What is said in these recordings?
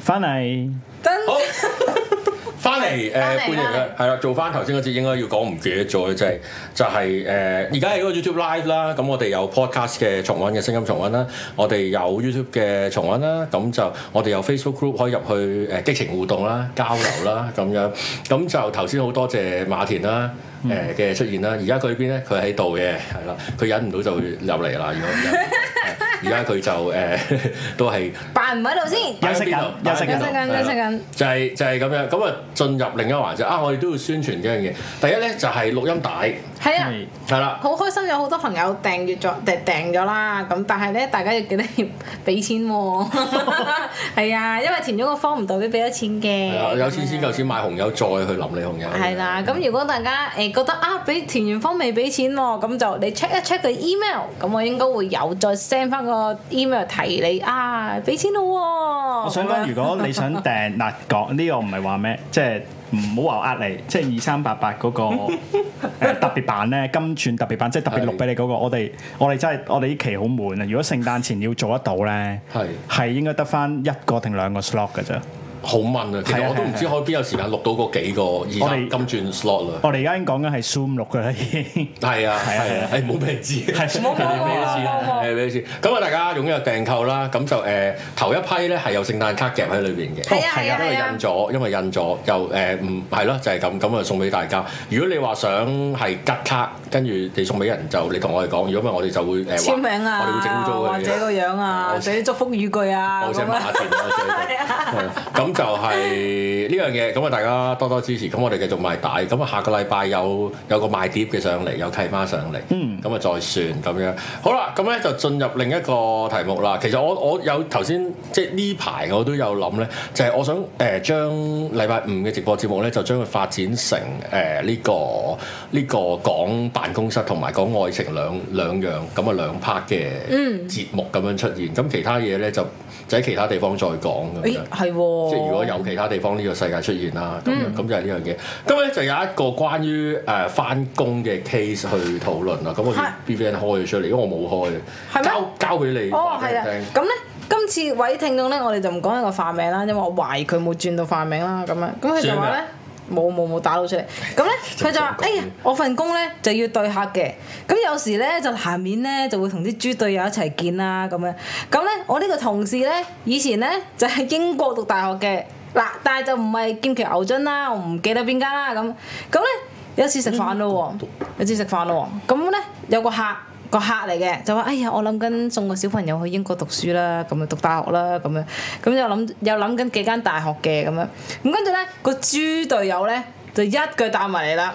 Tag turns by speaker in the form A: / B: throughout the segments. A: 翻嚟，
B: 好，翻嚟誒呃
C: 返嚟
B: 半夜啦，係啦，做翻頭先嗰節應該要講唔記得咗嘅，就係就係誒呃而家係嗰個 YouTube Live 啦，咁我哋有 podcast 嘅重温嘅聲音重温啦，我哋有 YouTube 嘅重温啦，咁就我哋有 Facebook group 可以入去誒激情互動啦、交流啦咁樣，咁就頭先好多謝馬田啦。
C: 嗯
B: 誒嘅出現啦，而家佢喺邊咧？佢喺度嘅，係啦，佢忍唔到就會入嚟啦。如果忍唔到而家佢就誒、 都係
C: 扮唔喺度先，
A: 休息緊休息緊
C: 休息緊休息緊
B: 就係就係咁樣，咁啊進入另一個環節啊！我哋都要宣傳幾樣嘢。第一咧就係錄音帶，
C: 係啊。
A: 係
B: 係啦，
C: 好開心有好多朋友訂閱咗訂訂咗啦，咁但係咧大家要記得要俾錢 喎，係啊，因為填咗個 form 唔代表俾咗錢
B: 係啦，
C: 嘅，
B: 有錢先夠錢買紅油，再去淋你紅油。
C: 嗯係啦，咁如果大家誒覺得啊，俾填完方未俾錢喎，咁就你 check 一 check 佢 email，咁我應該會有再 send 翻個 email 提你啊，俾錢咯喎。
A: 我想講，如果你想訂嗱講呢個唔係話咩，即係唔好話我呃你，即係二三八八嗰 個誒特別版咧，金鑽特別版，即係特別錄俾你嗰個，我哋我哋真係我哋呢期好悶啊！如果聖誕前要做得到咧，
B: 係
A: 係應該得翻一個定兩個 slot 㗎咋。
B: 好問啊！其
A: 係
B: 實
A: 啊
B: 我都唔知可以邊有時間錄到嗰幾個
A: 我
B: 二
A: 哋
B: 三金鑽 slot 啦。
A: 我哋而家已經講緊係 Zoom 錄㗎啦，已經。係
B: 係啊，
A: 啊
B: 係啊，誒冇俾人知，
A: 係
B: 係
C: 冇冇冇冇冇
B: 俾你知。咁啊，大家踴躍訂購啦。咁就誒頭一批咧係有聖誕卡夾喺裏邊嘅。
C: 係
A: 係啊
C: 啊係啊
B: 因為
C: 係
B: 印
C: 啊，
B: 咗，因為印咗又誒唔係咯，就係咁咁啊送俾大家。如果你話想係吉卡，跟住你送俾人就你同我哋講，如果唔係我哋就會 誒
C: 簽名
B: 我哋會整
C: 啊，或
B: 污糟
C: 者
B: 佢
C: 個
B: 哋嘅。
C: 樣啊，
B: 我
C: 或者祝福語句啊
B: 我
C: 咁
B: 想
C: 樣
B: 馬。田 啊所以就，係咁就係呢樣嘢。咁啊，大家多多支持。咁我哋繼續賣帶。咁啊，下個禮拜有有個賣碟嘅上嚟，有契媽上嚟。
A: 嗯
B: 咁啊，再算咁樣。好啦，咁咧就進入另一個題目啦。其實我我有頭先即係呢排我都有諗咧，就係、我想誒、呃、將禮拜五嘅直播節目咧，就將佢發展成誒呢、個呢、個講辦公室同埋講愛情兩兩樣咁啊兩 part 嘅節目咁樣出現。咁、其他嘢咧就就喺其他地方再講咁樣
C: 誒。係喎，
B: 即係如果有其他地方呢個世界出現啦，咁
C: 嗯
B: 樣咁就係呢樣嘢。咁咧就有一個關於誒翻工嘅 case 去討論啦。咁我
C: 係
B: B V N 開咗出嚟，因為我冇開嘅，
C: 係咩
B: 交交俾你
C: 哦
B: 話，俾
C: 係啊
B: 你聽。，
C: 咁咧。今次位聽眾咧，我哋就唔講一個化名啦，因為我懷疑佢冇轉到化名啦，咁樣，咁佢就話咧冇冇冇打到出嚟，咁咧佢 就話：哎呀，我份工咧就要對客嘅，咁有時咧就下面咧就會同啲豬隊友一齊見啦，咁樣，咁咧我呢個同事咧以前咧就喺英國讀大學嘅，嗱，但係就唔係劍橋牛津啦，我唔記得邊間啦，咁，咁咧有次食飯咯喎，有次食飯咯喎，咁咧有個客。個客嚟嘅，就話：哎呀，我諗緊送個小朋友去英國讀書啦，咁啊讀大學啦，咁樣，咁又諗又諗緊幾間大學嘅咁樣，咁跟住咧個豬隊友咧就一句打埋嚟啦，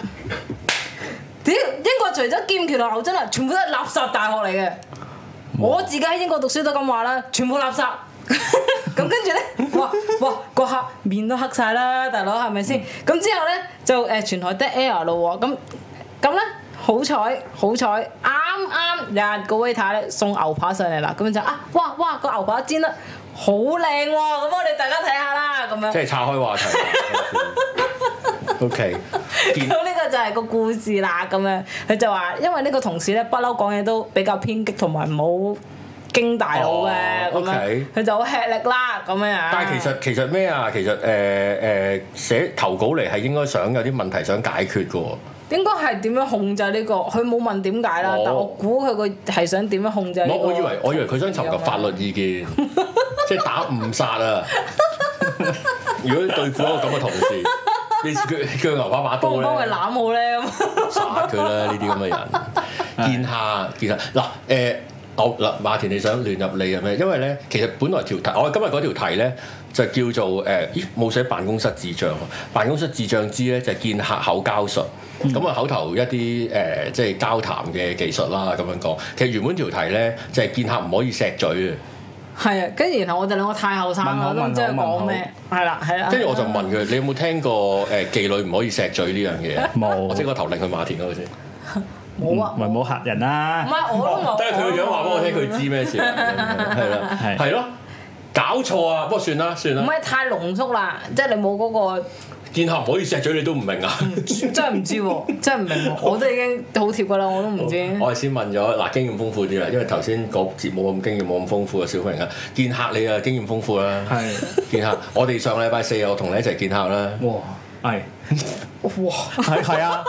C: 屌英國除咗劍橋同牛津啊，全部都係垃圾大學嚟嘅，我自己喺英國讀書都咁話啦，全部垃圾。咁跟住咧，哇哇個客面都黑晒啦，大佬係咪先？咁之後咧就誒全台得 air 咯喎，咁咁咧好彩好彩，啱啱日個 waiter 咧送牛扒上嚟啦，咁就啊哇哇個牛扒煎得好靚喎，咁我哋大家睇下啦，咁樣
B: 即。係岔 開話題。O K，
C: 咁呢個就係個故事啦，咁樣佢就話，因為呢個同事咧不嬲講嘢都比較偏激同埋冇經大腦嘅，咁
B: 哦
C: 樣
B: OK
C: 佢就好吃力啦，咁樣啊。
B: 但係其實其實咩啊？其實誒誒、寫投稿嚟係應該想有啲問題想解決嘅喎。
C: 應該係點樣控制呢個？佢冇問點解啦，
B: 哦
C: 但我估佢個係想點樣控制呢個
B: 我我以為我以為佢想
C: 啊
B: 尋求法律意見， 即係打誤殺 啊！如果對付一個咁嘅同事，你佢佢牛扒把
C: 幫
B: 刀
C: 唔幫佢
B: 咧
C: 攬，好咧咁。
B: 殺佢啦！呢啲咁嘅人，見下見下嗱誒，我嗱馬田你想亂入你係咩？因為咧，其實本來條題，我今日嗰條題咧就叫做誒，咦冇寫辦公室智障喎，辦公室智障之咧就係見客口交術。咁啊，口頭一啲誒、即係交談嘅技術啦，咁樣講。其實原本條題咧，就係、見客唔可以錫嘴嘅。
C: 係啊，跟住然後我哋兩個太後生
A: 問好
C: 啦，都唔知佢
A: 問好
C: 講咩。係啦，係啦。
B: 跟住我就問佢：你有冇聽過誒妓女唔可以錫嘴呢樣嘢？啊
A: 冇
B: 我即刻頭擰去馬田嗰度先。
C: 冇啊，
B: 嗯
A: 咪冇嚇人
C: 唔
A: 啦。
C: 係我都冇。
B: 但係佢個樣話俾我聽，佢知咩事啦。係啦，
A: 係
B: 係咯，搞錯啊！不過算啦，算
C: 唔
B: 啦。
C: 係太濃縮啦，即係你冇嗰個
B: 見客唔可以錫嘴，你都唔明啊！
C: 真係唔知喎，真係唔 明喎，我都已經好貼噶啦，我都唔知。
B: 我係先問咗嗱經驗豐富啲啦，因為頭先個節目冇咁經驗冇咁豐富嘅小明啊，見客你啊經驗豐富啦，
A: 係
B: 見客。我哋上個禮拜四我同你一齊見客啦，
A: 哇，係
C: 哇！
A: 係係啊，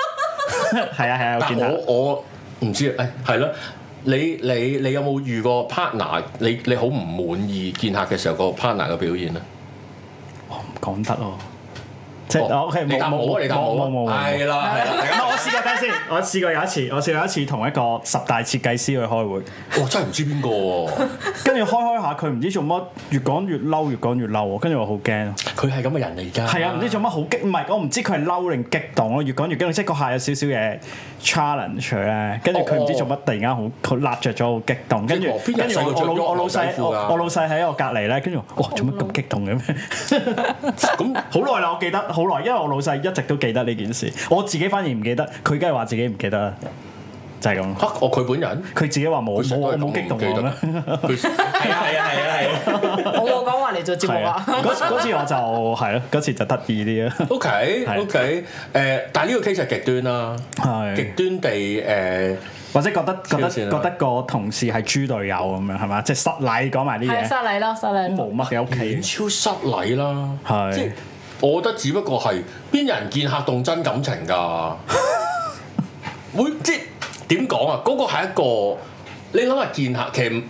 A: 係啊係啊，我
B: 但
A: 見到
B: 我我唔知誒係咯。你你你有冇遇過 partner？你你好唔滿意見客嘅時候個 partner 嘅表現啊咧？
A: 我唔講得咯，即係
B: 哦
A: OK
B: 你
A: 冇
B: 答冇啊！
A: 冇
B: 你答
A: 冇
B: 冇
A: 冇
B: 啊！
A: 冇。
B: 係啦係啦，大家
A: 唔係我試過，等陣先，我試過有一次，我試過有一次同一個十大設計師去開會，
B: 我哦真係唔知邊個喎。
A: 跟住開開下佢唔知做乜，越講越嬲，越講越嬲喎，跟住我好驚。
B: 佢係咁嘅人嚟㗎。
A: 係啊，唔知做乜好激，唔係我唔知佢係嬲定激動咯，越講越激動，即係嗰下有少少嘢 challenge 佢咧，跟住佢唔知做乜突然間好佢辣着咗，好激動，跟住
B: 即係
A: 跟住
B: 邊
A: 我
B: 個細
A: 我
B: 個着
A: 老我老
B: 牛仔
A: 細
B: 褲㗎
A: 我我老細喺我隔離咧，跟住我哇做乜咁激動嘅咩？
B: 咁
A: 好耐啦，我記得好耐，因為我老細一直都記得呢件事，我自己反而唔記得，佢梗係話自己唔記得啦，就係咁。
B: 嚇我佢本人，
A: 佢自己話冇
B: 佢成
A: 冇
B: 日都
A: 我冇
B: 係咁
A: 激動啊
B: 唔記
A: 我
B: 得
A: 咩？
B: 佢係啊係啊係啊係啊。
C: 我冇講話嚟做節目
A: 係啊
C: 啊，，
A: 嗰次嗰次我就係咯，嗰次就得意啲啊，
B: O K O K，誒，但係呢個 case 係極端啦，極
A: 係
B: 端地誒，
A: 或者覺得覺得
B: 黐線
A: 覺
B: 啊
A: 得個同事係豬隊友咁樣係嘛？即係失禮講埋啲
C: 係啊失
A: 嘢，
C: 禮咯，失禮咯。
A: 冇乜喺屋
B: 遠
A: 企，
B: 超失禮啦。
A: 係
B: 即係我覺得只不過係邊有人見客動真感情㗎？會即係點講啊？嗰個係一個你諗下見客，其實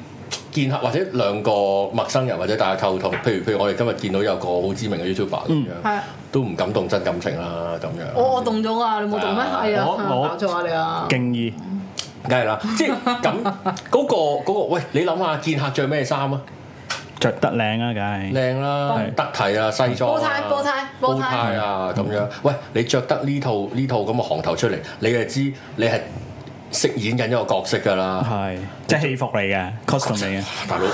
B: 見客或者兩個陌生人或者大家溝通，譬如譬如我哋今日見到有個好知名嘅 YouTuber 咁樣。
C: 係啊
B: 都唔敢動真感情啦，咁樣。
C: 我我動咗啊！你冇動咩？
B: 係啊
C: 係啊，
A: 我我
C: 搞錯啊你啊！
A: 敬意
B: 梗係啦，即係咁嗰個嗰、個，喂，你諗下見客着咩衫啊？
A: 着得靚啊，梗係
B: 靚啦
A: 係，嗯
B: 得體啊，西裝
C: 煲
B: 啊
C: 呔煲呔煲
B: 煲
C: 呔
B: 呔啊，咁樣。喂，你着得呢套呢套咁嘅行頭出嚟，你就知你係飾演緊一個角色㗎啦。
A: 係即係戲服嚟嘅 costume 嚟嘅，
B: 啊大佬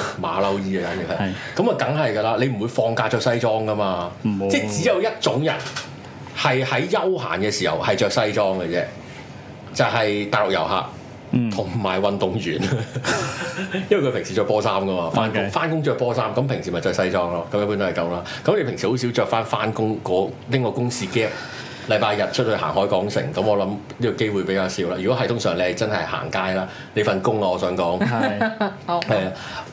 B: 馬騮衣啊，簡直
A: 係
B: 係。咁啊，梗係㗎啦，你唔會放假着西裝㗎嘛
A: 唔會。
B: 即係只有一種人係喺休閒嘅時候係着西裝嘅啫，就係、大陸遊客。
A: 嗯
B: 同埋運動員， 因為佢平時着波衫噶嘛，翻工
A: OK
B: 翻工着波衫，咁平時咪着西裝咯，咁一般都係咁啦。咁你平時好少着翻翻工嗰拎個公事 gap，禮拜日出去行海港城，咁我諗呢個機會比較少啦。如果係通常你係真係行街啦，你份工啊，我想講。
A: 係
C: 好
B: 誒啊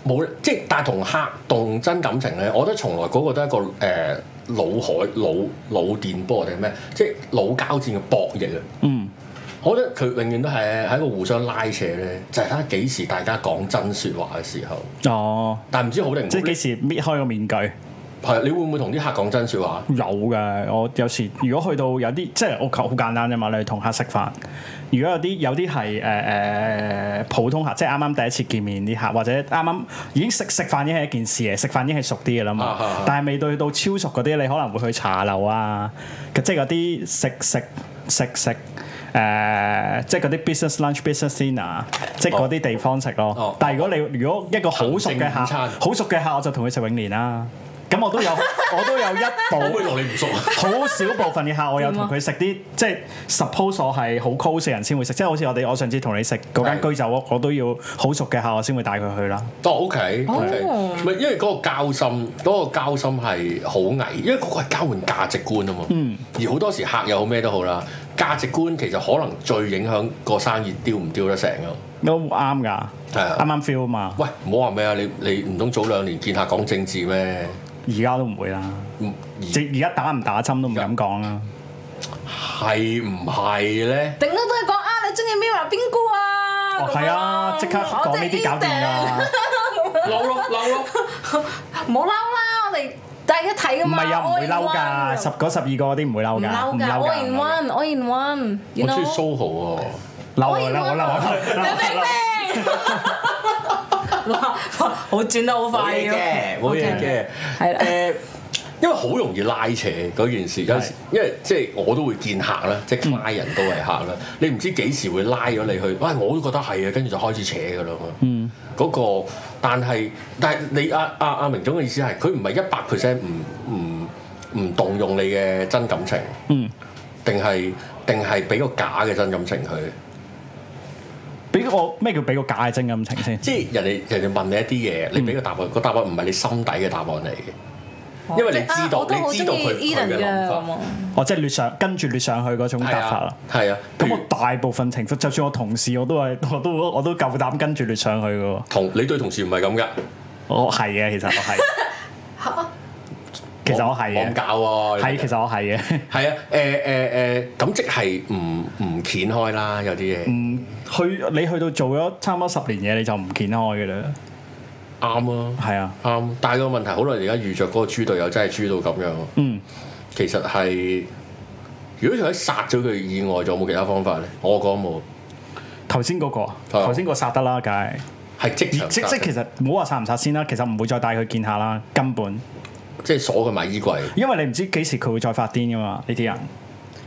B: 冇即係，但係同客動真感情咧，我覺得從來嗰個都係一個誒、呃、腦海腦腦電波定係咩，即係腦交戰嘅博弈啊！
A: 嗯
B: 我覺得佢永遠都係喺一個互相拉扯咧，就係睇下幾時大家講真説話嘅時候，
A: 哦，
B: 但唔知好定唔好
A: 即係幾時搣開個面具？
B: 係啊你會唔會同啲客講真説話？
A: 有嘅，我有時如果去到有啲即係我求好簡單啫嘛，你去同客食飯，如果有啲有啲係誒誒普通客，即係啱啱第一次見面啲客，或者啱啱已經食食飯已經係一件事嘅，食飯已經係熟啲嘅啦嘛。
B: 啊啊啊
A: 但係未到到超熟嗰啲，你可能會去茶樓啊，即係嗰啲食食食食誒、即係嗰啲 business lunch、business dinner，即係啊嗰啲地方食咯。
B: 哦
A: 但係如果你如果一個好熟嘅
B: 行政
A: 客，
B: 午餐
A: 好熟嘅客，我就同佢食永年啦。咁我都有， 我都有一
B: 我
A: 部
B: 會同你唔熟啊！
A: 好少部分嘅客，我有
C: 啊
A: 同佢食啲即係 suppose 我係好 close 嘅人先會食，即係好似我哋我上次同你食嗰間
B: 係
A: 居酒屋，我都要好熟嘅客，我先會帶佢去啦。
B: 哦，OK，
C: 哦
B: OK，唔係因為嗰個交心，嗰、個交心係好危，因為嗰個係交換價值觀啊嘛。嗯。而好多時客又好咩都好啦，價值觀其實可能最影響個生意丟唔丟得成咯。
A: 都啱㗎，
B: 係啊
A: 啱啱 feel 啊嘛，
B: 喂，唔好話咩啊！你你唔通早兩年見客講政治咩？
A: 而家都唔會啦，
B: 唔而
A: 即係而家打唔打針都唔敢講啦。
B: 係唔係 咧？
C: 頂多都係講啊！你中意 Mira 邊個啊？
A: 哦
C: 咁樣
A: 係啊即刻講呢啲搞掂㗎
B: 嬲咯嬲咯！
C: 唔好嬲啦！我哋大家睇㗎
A: 唔
C: 嘛，
A: 係啊，唔會
C: all in
A: 嬲
C: one
A: 㗎，十個十二個嗰啲唔會嬲
C: 唔
A: 㗎，
C: 嬲
A: 唔
C: 㗎
A: 嬲
C: ，all in
A: 㗎，
C: one，all in one，you
B: 我中意
C: know。
B: SOHO 喎。
A: 嬲
C: 我
A: 我嬲啊我嬲 我嬲
C: 你明唔明？ 哇，好轉得好
B: 冇
C: 快啊嘅。
B: 嘢嘅，冇嘢嘅，
C: 係啦
B: 誒。因為好容易拉扯嗰件事，有時因為即係我都會見客啦，即係拉人都係客啦。
C: 嗯
B: 你唔知幾時會拉咗你去，喂，我都覺得係啊，跟住就開始扯㗎啦嘛。嗯，嗰個但係但係你阿阿阿明總嘅意思係，佢唔係一百 percent 唔唔唔動用你嘅真感情，
A: 嗯，
B: 定係定係俾個假嘅真感情佢。
A: 俾我咩叫俾個假嘅真感情先？
C: 嗯
B: 即係人哋人哋問你一啲嘢，你俾個答案，個答案唔係你心底嘅答案嚟嘅，因為
C: 即
B: 你
C: 係啊
B: 知道
C: 我都好
B: 你知道
C: 鍾意
B: 佢佢
C: Eden
B: 嘅諗法
C: 咁啊
A: 哦，即係掠上跟住掠上去嗰種
B: 係
A: 答法啦
B: 啊。，係啊，譬
A: 咁
B: 如
A: 我大部分情況，就算我同事我都係， 我都我都夠膽跟住你上去嘅喎。
B: 同你對同事唔係咁噶，哦
A: 我係嘅，其實我 係，其實我係
B: 我唔
A: 嘅，
B: 教喎，
A: 係其實我係嘅。
B: 係啊，誒誒誒，咁即係唔唔掀開啦，有啲嘢
A: 嗯，去你去到做咗差唔多十年嘢，你就唔見開嘅啦。
B: 啱啊。
A: 係啊，
B: 啱，但係個問題好耐，而家遇着嗰個豬隊友真係豬到咁樣。
A: 嗯，
B: 其實係，如果佢喺殺咗佢意外，仲有冇其他方法咧？我講冇，
A: 頭先嗰個啊，
B: 係啊
A: 頭先個殺得啦，梗係。
B: 係即場
A: 即
B: 殺
A: 即其實唔好話殺唔殺先啦，其實唔會再帶佢見下啦，根本，
B: 即係鎖佢埋衣櫃。
A: 因為你唔知幾時佢會再發癲噶嘛，呢啲人，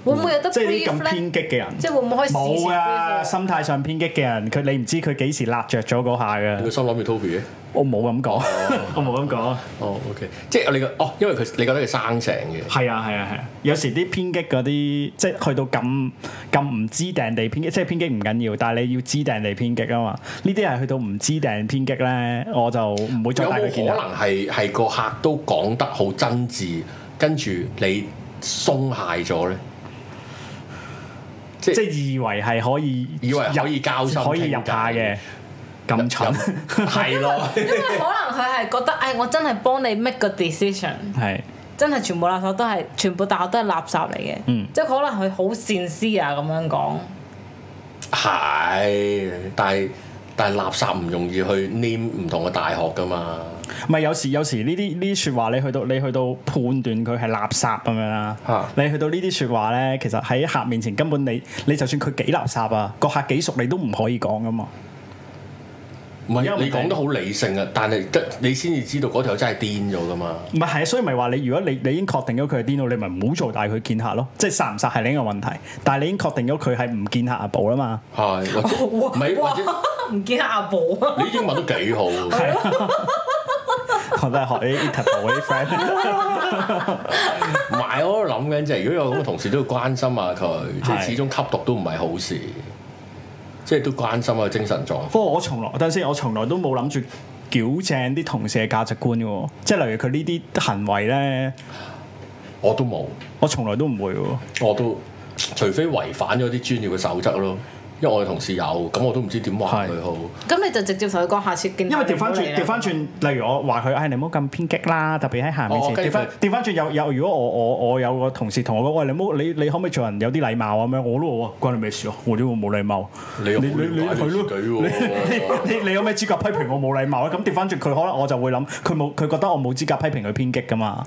C: 會唔會有得
A: 嗯即係啲咁
C: brief
A: 偏
C: 咧？
A: 激嘅人，
C: 即係會唔會可以事
A: 冇
C: 先 brief
A: 啊，
C: 啊
A: 心態上偏激嘅人，佢你唔知佢幾時辣着咗嗰下
B: 佢
A: 嘅，
B: 心諗住 Toby 嘅。
A: 我冇咁講， 我冇咁講，
B: 哦，OK，即係你個哦，因為佢你覺得佢生成嘅。
A: 係啊係啊係啊，有時啲偏激嗰啲，即係去到咁咁唔知定地偏激，即係偏激唔緊要，但係你要知定地偏激啊嘛，呢啲係去到唔知定偏激咧，我就唔會再
B: 有
A: 帶
B: 冇
A: 佢
B: 可
A: 見下。
B: 能係係個客都講得好真摯，跟住你鬆懈咗咧？
A: 即係以為係可以，
B: 以為可以交心
A: 可以入
B: 傾偈
A: 下嘅，咁蠢
B: 係咯，
C: 因為可能佢係覺得，誒，我真係幫你 make 個 decision，
A: 係
C: 真係全部垃圾都係，全部大學都係垃圾嚟嘅，
A: 嗯
C: 即係可能佢好善思啊咁樣講，
B: 係，但係但係垃圾唔容易去黏唔同嘅大學噶嘛，
A: 唔係有時有時呢啲呢啲説話你去到你去到判斷佢係垃圾咁樣啦，
B: 嚇
A: 你去到呢啲説話咧，其實喺客面前根本你你就算佢幾垃圾啊，個客幾熟你都唔可以講噶嘛。
B: 唔
A: 因
B: 係
A: 為
B: 你講得好理性啊，但係得你先至知道嗰條友真係癲咗噶嘛，
A: 唔係係啊，所以咪話你如果你你已經確定咗佢係癲佬，你咪唔好做帶佢見客咯。即係殺唔殺係另一個問題，但係你已經確定咗佢係唔見客啊步啦嘛。
B: 係或 者唔係
C: 哇
B: 或者，
C: 唔見阿寶啊！
B: 你英文都幾 好喎，
A: 我都係學啲 interval 啲 friend，
B: 唔係我都諗緊就係如果有咁嘅同事都要關心下佢，即係
A: 係
B: 始終吸毒都唔係好事，即係都關心下精神狀況。
A: 不過我從來等陣先，我從來都冇諗住矯正啲同事嘅價值觀嘅喎，即係例如佢呢啲行為咧。
B: 我都冇，
A: 我從來都唔會喎。
B: 我都除非違反咗啲專業嘅守則咯，因為我嘅同事有，咁我都唔知點話佢好。
C: 咁你就直接同佢講，下次見。
A: 因為調翻轉，調翻
C: 轉，
A: 轉，例如我話佢，唉，你唔好咁偏激啦，特別喺下面
B: 哦
A: 前。
B: 跟住
A: 調翻
B: 佢
A: 調翻轉，有有，如果我我我有個同事同我講，喂，你唔好你你可唔可以做人有啲禮貌啊咁樣？我都話關你咩事啊？我呢個冇禮貌。
B: 你又
A: 你
B: 好
A: 你你
B: 了解
A: 係
B: 你
A: 咯
B: 自己
A: 你
B: 喎
A: 你你你有咩資格批評我冇禮貌咧？咁調翻轉佢可能我就會諗，佢冇佢覺得我冇資格批評佢偏激噶嘛。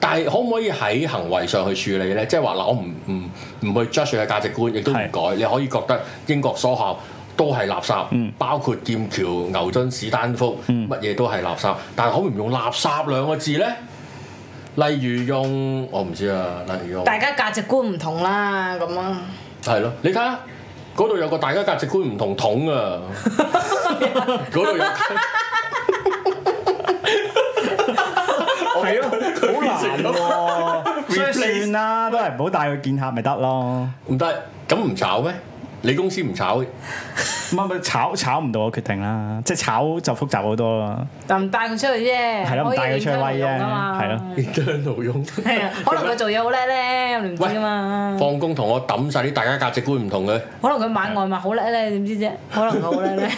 B: 但係可唔可以喺行為上去處理咧？即係話嗱，我唔唔唔去 judge 佢嘅價值觀，亦都唔改。你可以覺得英國所校都係垃圾，包括劍橋、牛津、史丹福，乜嘢、都係垃圾。但係可唔可以唔用垃圾兩個字咧？例如用我唔知啊，例如用
C: 大家價值觀唔同啦，咁啊，
B: 係咯，你睇下嗰度有個大家價值觀唔同桶 啊，嗰度有。哦
A: 係咯，
B: 啊
A: 好難喎。所以算啦，都係唔好帶佢見客咪得咯。
B: 唔得，咁唔炒咩？你公司唔炒，
C: 啊
A: 唔係唔係啊炒炒唔到我決定啦，即係炒就複雜好多啦。
C: 但唔帶佢出去啫，
A: 係咯唔帶佢出去威啫
C: 可以影響佢用㗎嘛
A: 係咯，
B: 張勞用。
C: 係 啊，可能佢做嘢好叻咧，你唔知噶嘛，
B: 放工同我抌晒啲大家價值觀唔同嘅，
C: 可能佢買外賣好叻咧，點知啫？可能佢好叻咧，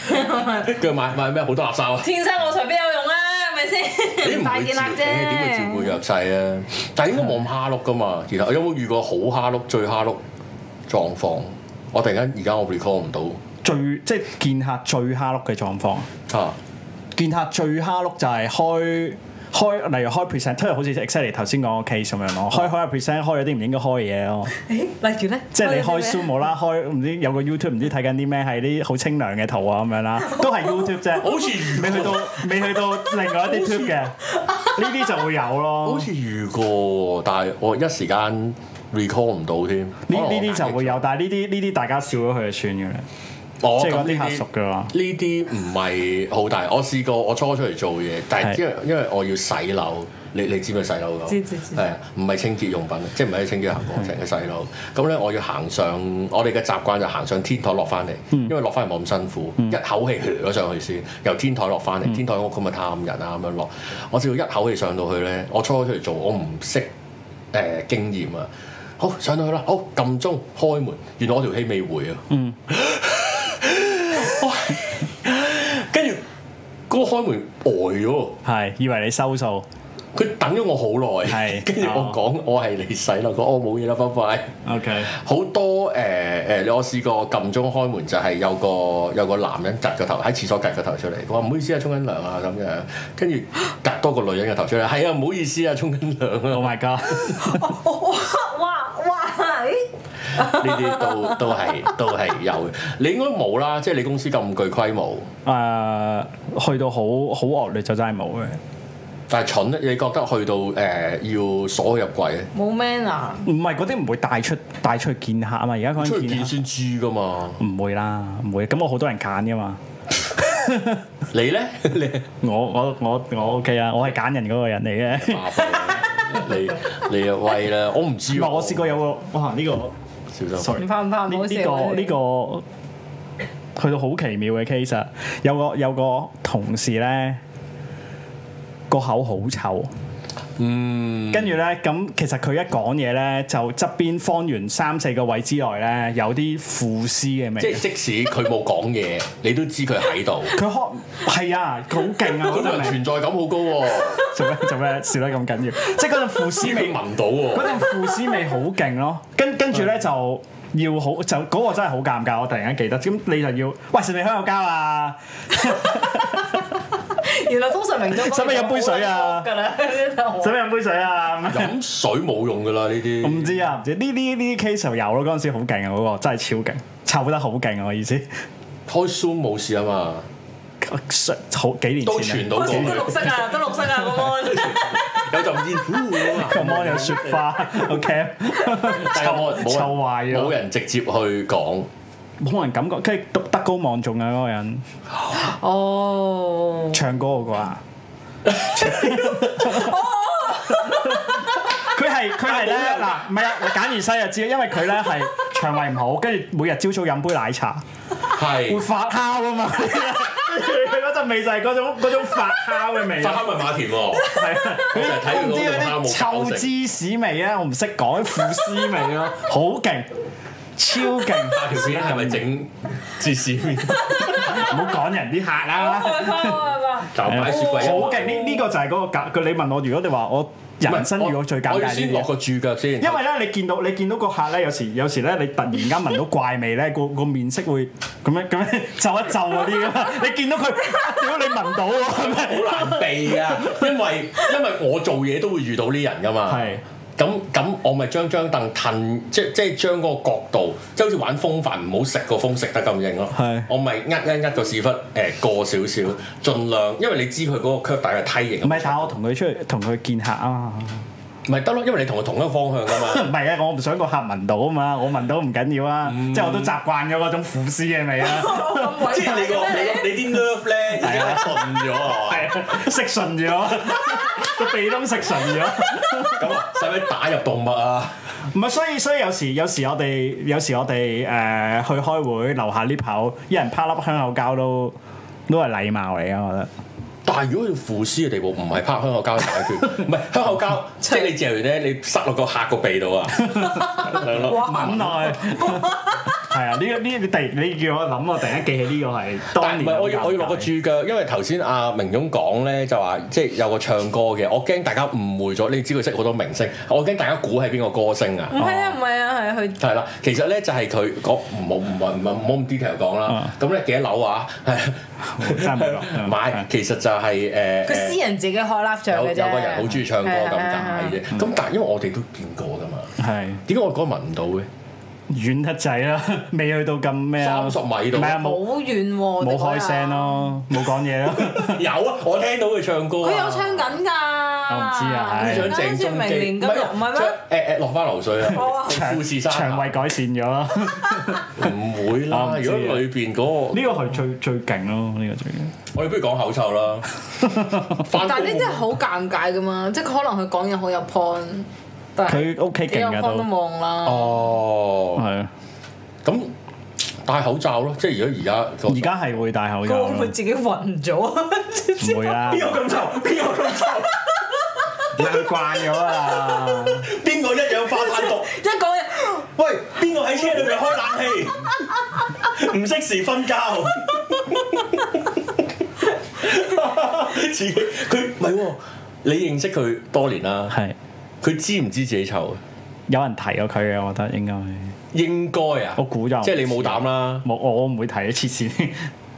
B: 跟住買買咩好多垃圾啊！
C: 天生我材必有用啦，係咪
B: 你
C: 先？
B: 唔
C: 大
B: 會
C: 件
B: 照
C: 辣
B: 顧，你點會照顧
C: 啫，
B: 弱勢啊？但係應該冇咁蝦碌噶嘛。然後有冇遇過好蝦碌、最蝦碌狀況？我突然間而家我 recall 唔到
A: 最即係見客最蝦碌嘅狀況，
B: 啊！
A: 見客最蝦碌就係開開，例如開 present，即係好似 exactly 頭先講個 case 咁樣
B: 哦
A: 咯，開開個 present 開咗啲唔應該開嘅嘢 咯，
C: 誒例如咧，
A: 即係你
C: 可
A: 開
C: 以
A: Zoom 啊
C: 咩
A: 無啦啦開唔知有個 YouTube 唔知睇緊啲咩係啲好清涼嘅圖啊咁樣 啦，都係 YouTube 啫，
B: 好似
A: 未去到未去到另外一啲 tube 嘅，呢啲就會有咯
B: 好。似遇過，但係我一時間 recall 唔到添。
A: 呢
B: 可能我
A: 呢啲就
B: 眼
A: 會
B: 力
A: 有，但係呢啲呢啲大家笑咗佢就算嘅啦。
B: 我
A: 即係
B: 哦咁
A: 嗰啲
B: 呢
A: 客熟嘅話
B: 呢啲唔係好大。我試過我初出嚟做嘢，但係
A: 係
B: 因為因為我要洗樓，你你知唔知洗樓㗎？
C: 知知知
B: 係啊，唔係清潔用品，即係唔係清潔行過程嘅洗樓。咁咧我要行上，我哋嘅習慣就行上天台落翻嚟，
C: 嗯
B: 因為落翻嚟冇咁辛苦，一口氣擸咗上去先，由天台落翻
C: 嗯
B: 嚟，天台屋咁咪探人啊咁樣落。我只要一口氣上到去咧，我初出嚟做，我唔識。誒、經驗啊。好上到去啦，好撳鐘開門，原來我條氣未回啊。 嗯。跟住嗰個開門呆咗喎，
A: 係以為你收數，
B: 佢等咗我好耐。
A: 係 啊
B: 跟住我講、我係你洗啦，佢話我冇嘢啦，拜拜。
A: OK，
B: 好多誒誒、我試過撳鐘開門就係有個有個男人擳個頭喺廁所擳個頭出嚟，佢話唔好意思啊，沖緊涼啊咁樣，跟住擳多個女人嘅頭出嚟，係啊，唔好意思啊，沖緊涼啊
A: Oh。my god！
C: 哇哇！咦
B: 呢啲都都係都係有嘅。你應該冇啦，即係你公司咁具規模，
A: 誒，呃去到好好惡劣就真係冇嘅，
B: 但係蠢，你覺得去到誒、呃要鎖佢入櫃咧？
C: 冇 man 啊！
A: 唔係嗰啲唔會帶出帶出去見客啊嘛，而家嗰
B: 出
A: 陣
B: 去見
A: 見客
B: 先知噶嘛？
A: 唔會啦，唔會。咁我好多人揀噶嘛，
B: 你 咧，你
A: 我我我我 OK 啦，我係揀人嗰個人嚟嘅。
B: 麻煩你 你又威啦！我唔知
A: 唔
B: 喎，
A: 係我試過有個哇呢個
B: 小心。
A: ，sorry，
C: 唔怕唔怕唔
A: 呢
C: 啊好笑
A: 呢個呢個去到好奇妙嘅 case，啊有個有個同事咧個口好臭。
B: 嗯，
A: 跟住咧，咁其實佢一講嘢咧，就側邊方圓三四個位之內咧，有啲腐屍嘅
B: 即
A: 味
B: 係。即使佢冇講嘢，你都知佢 喺度。
A: 佢開係啊，佢好勁啊！
B: 佢
A: 嗰
B: 個
A: 陣
B: 人
A: 味
B: 存在感好高喎、
A: 做咩做咩笑得咁緊要？即係嗰陣腐屍
B: 你
A: 味，
B: 聞到喎、
A: 嗰陣腐屍味好勁咯。跟跟住咧就要好就嗰、個真係好尷尬，我突然間記得。咁你就要喂食唔食香口膠啊？
C: 原來通常明咗
A: 使唔使飲杯水啊
C: 㗎啦，真係好
A: 使唔使飲杯水啊？咁樣
B: 飲水冇用㗎啦，呢
A: 我
B: 啲
A: 唔知啊，唔知呢啲呢啲 case 就有咯。嗰陣時好勁啊，嗰、個真係超勁，臭得好勁啊！我意思，
B: 開 Zoom 冇事啊嘛，
A: 好幾年前啊
B: 都傳到過
C: 都
B: 去。
C: 綠色啊，都綠色啊，個 mon
B: 有陣煙呼咁啊！
A: 個 mon 有雪花，OK，
B: 但係冇人
A: 臭臭
B: 冇
A: 壞啊
B: 人
A: 咗
B: 冇人直接去講，
A: 冇人感覺，跟住德高望重啊嗰個人，
C: 哦，
A: 唱歌嗰個 啊，佢係佢係咧嗱，唔係啊，簡而西就知，因為佢咧係腸胃唔好，跟住每日朝早飲杯奶 茶會
B: 係
A: 發酵啊嘛，佢 嗰陣味就係嗰種嗰種發酵嘅味
B: 發
A: 啊。
B: 酵咪馬田喎，
A: 係啊，
B: 我成日睇
A: 我
B: 佢
A: 唔知
B: 嗰個
A: 嗰啲
B: 酵母
A: 臭
B: 搞成
A: 芝士味咧，我唔識講腐屍味 咯，好勁，超勁。
B: 但係條片係咪整 芝士麵？
A: 啊唔好講人啲客啦。啊
C: 害怕害怕。
B: 就擺雪櫃啊
A: 好勁！呢呢個就係嗰個尷佢你問我，如果你話我人生遇過最尷
B: 我
A: 尬
B: 要
A: 呢
B: 先
A: 啲
B: 落
A: 嘢，
B: 個注腳先，
A: 因為咧你見到你見到個客咧，有時有時咧你突然間聞到怪味咧，個個面色會咁樣咁樣 皺一皺嗰啲噶嘛。你見到佢，屌你聞到喎，係咪？
B: 好難避啊！因為因為我做嘢都會遇到呢人噶嘛。
A: 係
B: 咁咁，我咪將張凳褪，即即係將嗰個角度，即係好似玩風帆，唔好食個風食得咁硬咯
A: 係。
B: 我咪呃一呃個屎忽誒過少少，盡量，因為你知佢嗰個 curve 大嘅梯
A: 唔係，
B: 形，
A: 但係我同佢出去同佢見客啊嘛。
B: 咪得咯，因為你同佢同一個方向噶嘛。
A: 唔係啊，我唔想個客聞到啊嘛，我聞到唔緊要啊，即係我都習慣咗嗰種腐屍嘅味啊。
B: 即係你
C: 哦
B: 個你個你啲 nerve 咧已經係順咗啊！
A: 係啊，食順咗， 個鼻窿食順咗。
B: 咁啊，使唔使打入動物啊？
A: 唔係，所以所以有時有時我哋有時我哋誒、呃去開會樓下 lift 口，一人拍粒香口膠都都係禮貌嚟嘅，我覺得。
B: 但係如果要腐屍嘅地步，唔係拍香口膠解 決，唔係香口
A: 哦
B: 膠， 即係你嚼完咧，你塞落個客個 鼻度啊！係咯
A: 咁啊耐係啊，呢個呢你突然你叫我諗，我突然間記起呢個係當
B: 但唔
A: 年
B: 係我
A: 嘅尷
B: 要
A: 尬。
B: 我要落個注腳，因為頭先阿明總講咧就話，即係有個唱歌嘅，我驚大家誤會咗，你知佢識好多明星，我驚大家估係邊個歌星啊！
A: 嗯
C: 唔係啊，唔係啊，係佢
B: 係啦，其實咧就係佢講唔好唔係唔係唔好咁 detail 講啦。咁咧幾多樓 啊？
A: 真 係唔啊係講
B: 買其實就係誒
C: 佢私
B: 誒
C: 人自己開 live 唱
B: 有
C: 嘅啫。
B: 有個人好中意唱歌咁
C: 係啊
B: 解。啫。咁但係因為我哋都見過㗎嘛，
A: 係
B: 點解我嗰日聞唔到 嘅？
A: 遠得滯啦， 未去到咁咩啊？
B: 30米度
A: 唔係啊，
C: 好
A: 冇
C: 遠喎！
A: 冇開聲。咯，冇講嘢咯。
B: 有啊，我聽到佢唱歌啊。
C: 佢有唱緊㗎，啦。
A: 我唔知啊係
B: 想鄭中
C: 明
B: 基，
C: 年今日唔係咩？
B: 咩？誒誒落翻流水啊
C: 好啊！
B: 富士山
A: 腸胃改善咗 啦，呢
B: 唔會
A: 我
B: 啦。
A: 唔知
B: 如
A: 啊
B: 果裏邊嗰個，
A: 個係最最勁咯，呢個最勁。
B: 我哋不如講口臭啦。但
C: 但係呢啲係好尷尬噶嘛，即係可能佢講嘢好有 point，但係
A: 佢 OK
C: 幾有
A: 勁噶
C: point 都
A: 都，
C: 冇用啦。
B: 哦，
A: 係啊！
B: 咁戴口罩咯，即係如果而家個
A: 而家係會戴口
C: 佢
A: 罩
C: 會唔
A: 咯，
C: 會自己暈咗啊？
A: 唔會啊啦，
B: 邊個咁臭？邊個咁臭？
A: 你去慣咗 啊！
B: 邊個一氧化碳毒？
C: 一講嘢，
B: 喂，邊個喺車裏面開 冷氣？唔適時瞓覺，自己佢唔係喎。你認識佢多年啦，
A: 係
B: 佢知唔知自己臭啊？
A: 有人提過佢嘅，我覺得應該係
B: 應該啊，
A: 我估就
B: 即係你冇膽啦。
A: 冇我我唔會提黐線，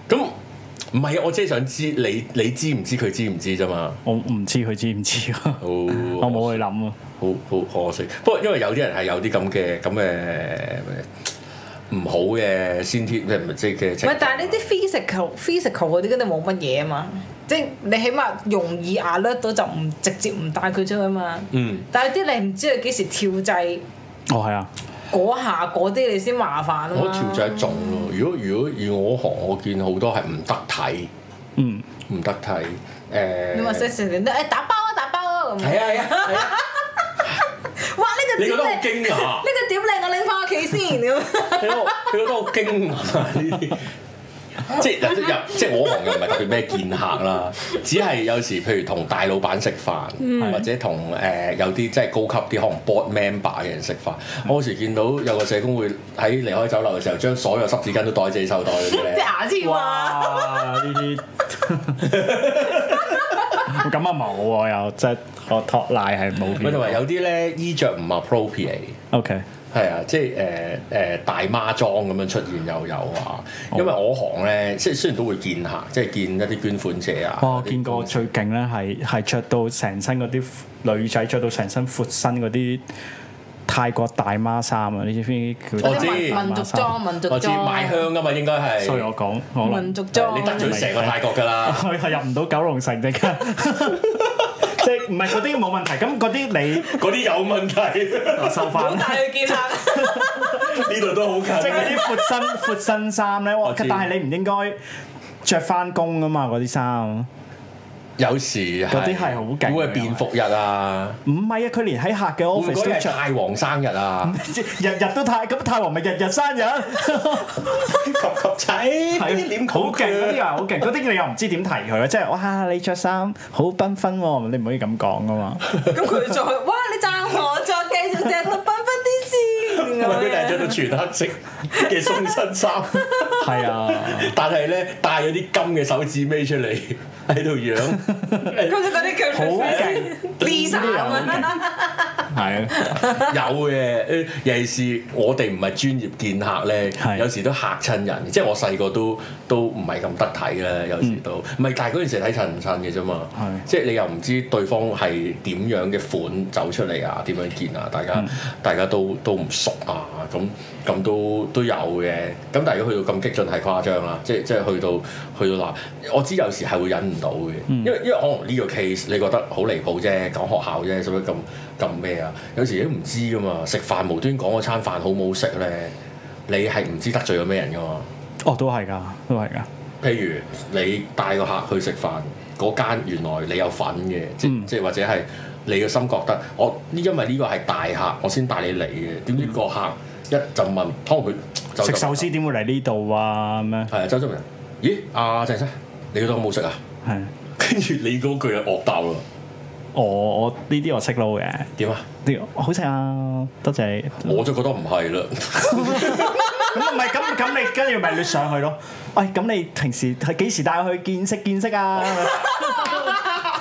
B: 咁唔係啊，我即係想知你你知唔知佢知唔知啫嘛？
A: 我唔知佢知唔知啊？
B: 哦
A: 我冇去諗啊，
B: 好好可惜。不過因為有啲人係有啲咁嘅咁嘅唔好嘅先天，即係唔即係嘅
C: 唔
B: 情
C: 係，但係呢啲 physical physical 嗰啲跟住冇乜嘢啊嘛，即係你起碼容易 alert 到就唔直接唔帶佢出去啊嘛。
B: 嗯，
C: 但係啲你唔知佢幾時跳掣
A: 哦係啊，
C: 嗰下嗰啲你先麻煩啊嘛。
B: 我調就係一種咯。如果如果以我行，我見好多係唔得體，
A: 嗯，
B: 唔得體。誒、
C: 你話 sex 你誒打包啊打包啊咁。
B: 係啊係啊係啊，
C: 哇！呢個
B: 你
C: 點
B: 覺得好
C: 靚，
B: 驚啊訝
C: 呢，個點靚，我啊拎翻屋企先 咁。
B: 你覺得你覺得好驚訝啊呢啲。即係嗱即係即係我行又唔係特別咩見客啦，只係有時譬如同大老闆食飯，或者同誒、呃有啲即係高級啲可能 board member 嘅人食飯。我有時見到有個社工會喺離開酒樓嘅時候，將所有濕紙巾都袋自己手袋嗰啲
C: 隻
B: 咧，
C: 牙籤啊！
A: 哇呢啲 咁啊冇喎又即係我托賴係冇
B: 咪同埋
A: 嘅
B: 有啲咧衣着唔 appropriate。
A: ，OK
B: 係啊，即係誒誒大媽裝咁樣出現又有啊，
A: 哦
B: 因為我行咧，即係雖然都會見客，即係見一啲捐款者啊。
A: 哇我
B: 嗰啲
A: 哦見過最勁咧係係著到成身嗰啲女仔着到成身闊身嗰啲泰國大媽衫啊，你知唔知叫
B: 我
C: 嗰
B: 知
C: 啲民民族裝，民族
B: 我知
C: 裝，
B: 買香噶嘛，應該係。
A: 所以我講我能
C: 民族裝。
B: 你得罪成個泰國 㗎啦。
A: 佢係 入唔到九龍城的，即 係唔係嗰啲冇問題，咁嗰啲你
B: 嗰啲有問題，
A: 收
C: 好
A: 翻。
C: 大去 見客。
B: 呢度都好
A: 即係
B: 近。
A: 嗰啲闊 身闊身衫咧，哇
B: 我知
A: 但係你唔應該着翻工噶嘛，嗰啲衫。
B: 有時
A: 嗰啲係好勁㗎
B: 會係便服日啊，
A: 唔係啊，佢連喺客嘅
B: 會唔會
A: office
B: 嗰
A: 都
B: 日係
A: 着，
B: 泰王生日 啊，
A: 日日都太咁太王咪日日生日，
B: 及及仔啲臉
A: 好勁嗰啲
B: 啊！
A: 又好勁，嗰啲你又唔知點提佢啊！即係哇，你着衫好繽紛喎，你唔可以咁講噶嘛。
C: 咁佢再哇！你讚我，再繼續掟到繽紛啲 先。
B: 唔係佢哋係着到全黑色嘅鬆身衫，
A: 係啊，
B: 但係咧戴咗啲金嘅手指尾出嚟 喺度樣，
C: 咁就嗰啲叫
A: 好勁
C: Lisa 咁
A: 呢啲
C: 樣。
A: 係啊，
B: 有嘅。尤其是我哋唔係專業見客咧
A: 係，
B: 有時都嚇親人。即係我細個都都唔係咁得體啦，有時都唔係，但係嗰陣時睇襯唔襯嘅啫嘛。
A: 係
B: 即係你又唔知對方係點樣嘅款走出嚟啊，點樣見啊，大家、大家都都唔熟啊，咁咁都都有嘅。咁但係如果去到咁激進係誇張啦，即係即係去到去到嗱，我知有時係會忍唔到嘅，因為因為可能呢個 case 你覺得好離譜啫，講學校啫，使乜咁咁咩啊？有時你都唔知噶嘛，食飯無端講嗰餐飯好唔好食咧，你係唔知得罪咗咩人噶嘛？
A: 哦都係㗎，都係㗎。
B: 譬如你帶個客去食飯，嗰間原來你有份嘅，即、
A: 嗯
B: 即或者係你嘅心覺得我呢，因為呢個係大客，我先帶你嚟嘅。點知個客一就問，可能佢就
A: 食壽司點會嚟呢度啊？咁樣
B: 係啊，周周明，咦？阿鄭生，你覺得好唔好食啊？
A: 係。
B: 跟住你嗰句係惡爆啦，
A: 我我呢啲我識撈嘅，呢
B: 點啊？
A: 個好食啊，多謝你。
B: 我就覺得唔係啦，
A: 咁唔係咁咁你跟住咪你上去咯。喂，咁你平時係幾時帶佢去見識見識啊？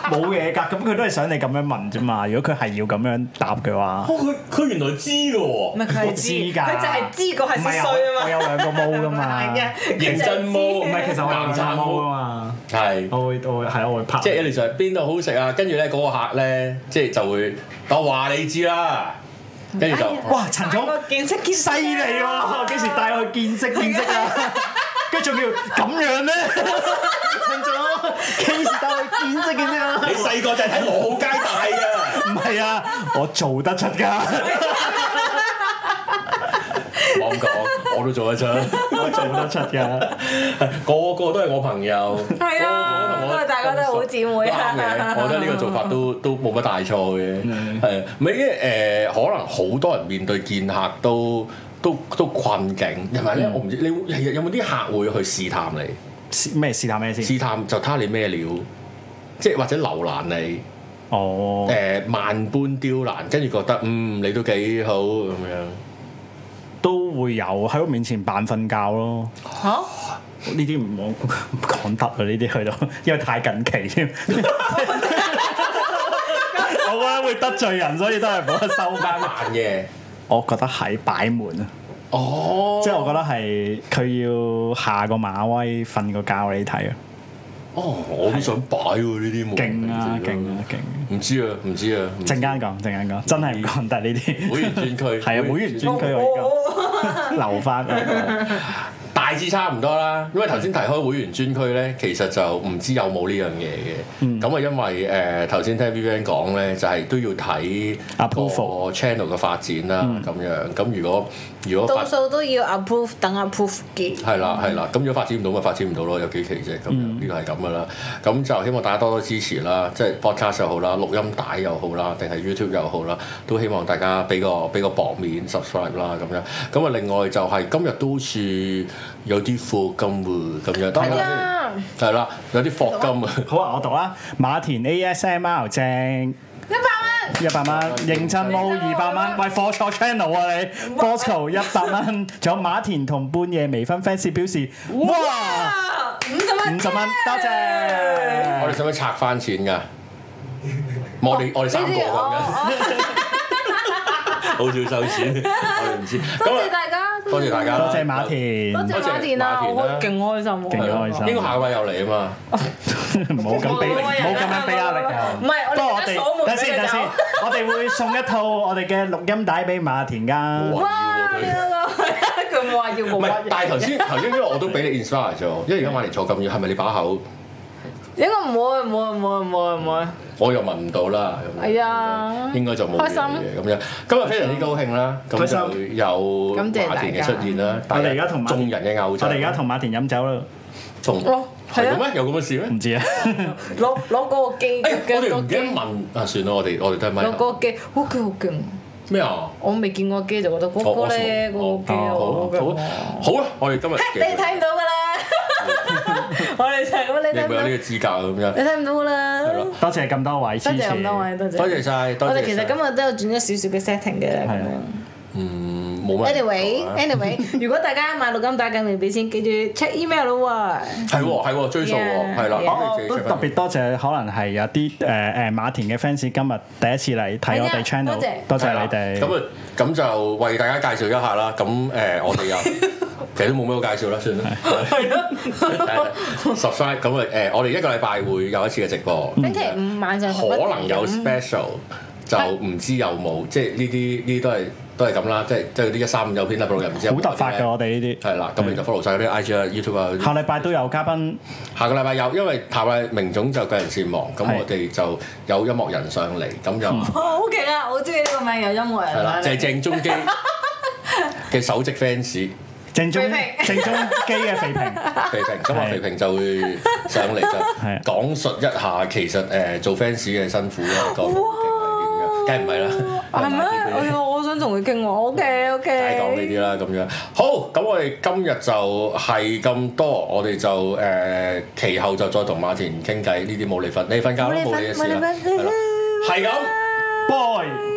A: 冇嘢㗎，咁佢都係想你咁樣問啫嘛。如果佢係要咁樣答嘅話，
B: 哦佢佢原來知嘅
C: 唔
B: 喎，
C: 係佢係
A: 我
C: 知
A: 知㗎
C: 佢就係知嗰係
A: 唔
C: 先
A: 係
C: 衰
A: 我我有
C: 啊
A: 兩個毛
C: 嘛。
A: 㗎嘛。
C: 係啊 佢就係
B: 認真
C: 知
B: 毛
A: 唔係，其實我有兩個毛㗎嘛。
B: 係。
A: 我會我會係我會拍。
B: 即係 Ellie 上邊度好食啊？跟住咧嗰個客咧，即係就會我話你知啦，跟住就
C: 哎呀
A: 哇，陳總
C: 見識見識
A: à. 犀利喎！幾時帶我去見識見識啊？跟住仲要咁樣咩？陳總，case 見識嘅啫。
B: 你細個就係睇羅浩街大嘅，
A: 唔係啊，我做得出㗎，
B: 我咁講，我都做得出，
A: 我做得出㗎。
B: 個個都係我朋友，
C: 係啊不
B: 個個同我
C: 過大家都係好姊妹啊
B: 啱嘅我覺得呢個做法都都冇乜大錯嘅，係唔係因為誒？可能好多人面對見客都都都困境，同埋咧，我唔知你會係有冇啲客會去試探你？
A: 試咩試探咩先？
B: 試探就睇下你咩料，即係或者留難你，
A: 哦
B: 誒、，萬般刁難，跟住覺得嗯你都幾好咁樣，
A: 都會有喺我面前扮瞓覺咯。
C: 嚇？
A: 呢啲唔好 唔講得啊啦，呢啲去到， 因為太近期添。 我覺啊得會得罪人，所以都係唔好收
B: 但
A: 翻。
B: 難嘅，
A: 我覺得係擺門啊，
B: 哦，
A: 即係我覺得係佢要下個馬威瞓個覺你睇啊，
B: 哦，我都想擺喎呢啲冇
A: 勁啊勁啊勁啊！
B: 唔知啊唔知啊，唔知
A: 陣間講，陣間講，真係唔講得呢啲。
B: 會員專 區
A: 係啊，會員專區我而家留翻。
B: 大致差唔多啦，因為頭先提開會員專區咧，其實就唔知有冇呢樣嘢嘅。
A: 嗯
B: 咁啊、因為誒頭先聽 Vivian 講咧，就係、都要睇
A: Approval 嗯
B: 個 channel 嘅發展啦，咁、樣。咁如果如果發
C: 多數都要 approve 等 approve 嘅。
B: 係啦，係啦，咁如果發展唔到咪發展唔到咯，有幾期啫咁樣，
C: 嗯
B: 呢個係咁噶啦。咁就希望大家多多支持啦，即係 podcast 又好啦，錄音帶又好啦，定係 YouTube 又好啦，都希望大家俾個俾個薄面 subscribe 啦咁樣。咁啊，另外就係今日都似有啲課金喎，咁樣。
A: 係
C: 啊
B: 係啦，有啲課金 啊。
A: 好啊，我讀啦。馬田 ASMR 正。
C: 一百
A: 一百蚊，認真撈二百蚊，喂貨錯 channel 啊你，Bosco 一百蚊，仲有馬田同半夜微醺 fans 表示，哇
C: 啊！五十蚊，
A: 五十蚊，多
B: 我
A: 謝
B: 哋。使唔使拆翻錢
C: 哦
B: 㗎？我哋我哋三個咁
C: 啊
B: 啊樣，
C: 嘅。
B: 好少收錢， 我哋唔知。
C: 多謝
B: 咁啊，
C: 大家，
B: 多謝大家啦
A: 多謝馬田，
C: 多謝馬田啊！
B: 多謝馬田
C: 我
B: 啦
C: 開勁開心喎，
A: 勁開心
B: 應該下個禮又嚟啊嘛。
A: 唔好咁俾，唔好咁樣俾壓力啊！
C: 唔係我哋
A: 不過
C: 而家鎖門
A: 等先
C: 俾佢
A: 等先
C: 走，
A: 我哋會送一套我哋嘅錄音帶俾馬田㗎。
C: 哇！你嗰個 佢冇話要冇
B: 唔
C: 話
B: 係，
C: 要
B: 但係 頭先頭先，因為我都俾你 inspire 咗，因為而家馬年坐咁遠，係咪你把口？
C: 應該唔會，唔會，唔會，唔會，唔會。
B: 我又問唔到啦。咁樣
C: 係啊
B: 應該就冇嘢
C: 開心
B: 嘅咁樣。今日非常之高興啦，咁
A: 開心
B: 就有
C: 感謝
B: 馬
C: 大
B: 田嘅
C: 家
B: 出現啦。
A: 我哋而家同馬
B: 眾人嘅偶
A: 我
B: 像，
A: 哋而家同馬田飲酒啦，
B: 同
C: 哦
B: 係
C: 係啊
B: 咁咩？有咁嘅事咩
A: 唔？知啊，
C: 攞攞嗰個機，
B: 誒，我哋
C: 嗰個
B: 唔記得
C: 機，
B: 問啊，算啦，我哋我哋都係咪
C: 攞嗰個機，好勁好勁！
B: 咩啊？
C: 我未見過機就覺得
B: 我
C: 嗰
B: 我
C: 個咧，嗰個機啊
B: 好
C: 好
B: 好
C: 勁
B: 啊
C: 喎。
B: 好啊！我哋今日
C: 嘿你睇唔到噶啦， 我哋就係咁，你
B: 你
C: 睇
B: 有
C: 唔
B: 冇有
C: 到，
B: 呢個資格咁
C: 你
B: 樣？
C: 睇唔到噶
B: 係
C: 啦
B: 咯。
A: 多謝咁多位支
C: 多
A: 持，
C: 謝咁多位，多謝。
B: 多謝晒，多
C: 我
B: 謝晒。
C: 哋其實今日都有轉咗少少嘅 setting 嘅咁
A: 係啊
C: 樣。
B: 嗯冇乜
C: Anyway，anyway，如果大家買錄音帶緊未俾錢，記住 check email 咯喎。
B: 係喎係喎追數喎
C: Yeah，
B: 係啦，
A: 哦
B: 咁你自己
A: 都
B: check
A: 特
B: 翻
A: 別多謝，可能係有啲誒誒馬田嘅 fans 今日第一次嚟睇我哋
C: 係啊
A: channel，
C: 多謝
A: 多謝
B: 係啦
A: 你哋。
B: 咁啊，咁就為大家介紹一下啦。咁誒、呃我哋 又其實都冇咩好介紹啦，算啦。
C: 係咯，
B: subscribe 咁啊誒，我哋一個禮拜會有一次嘅直播，
C: 星期五晚上11
B: 可能有
C: 點
B: special，就唔知有冇，即係呢啲呢啲都係都係咁啦，即係即係嗰啲一三五有片啦，又唔知有冇
A: 好突發㗎，我哋呢啲。
B: 啊係啦，咁你就 follow 晒啲 IG 啊、YouTube 啊嗰啲。
A: 下禮拜都有嘉賓，
B: 下個禮拜有，因為下個禮拜明總就個人事忙，咁
A: 係
B: 我哋就有音樂人上嚟，咁就
C: 哇，好勁啊！我中意呢個名，有音樂
B: 係啦，
C: 人
B: 就係
C: 嚟。
B: 鄭中基嘅首席 fans。
A: 正宗
C: 肥
A: 正宗機嘅肥 平，
B: 肥平，咁啊
A: 係
B: 肥平就會上嚟
A: 係啊
B: 就講述一下其實誒做 fans 嘅辛苦啦，個
C: 哇
B: 梗係唔係 啦，
C: 係咩？
B: 我
C: 我我想同佢傾喎。OK
B: 梗係講呢
C: OK。
B: 啲啦咁樣。好，咁我哋今日就係咁多，我哋就誒、其後就再同馬啊田傾偈，呢啲冇你份，你瞓覺啦，冇你嘅事啦，係啦，係咁。
A: boy。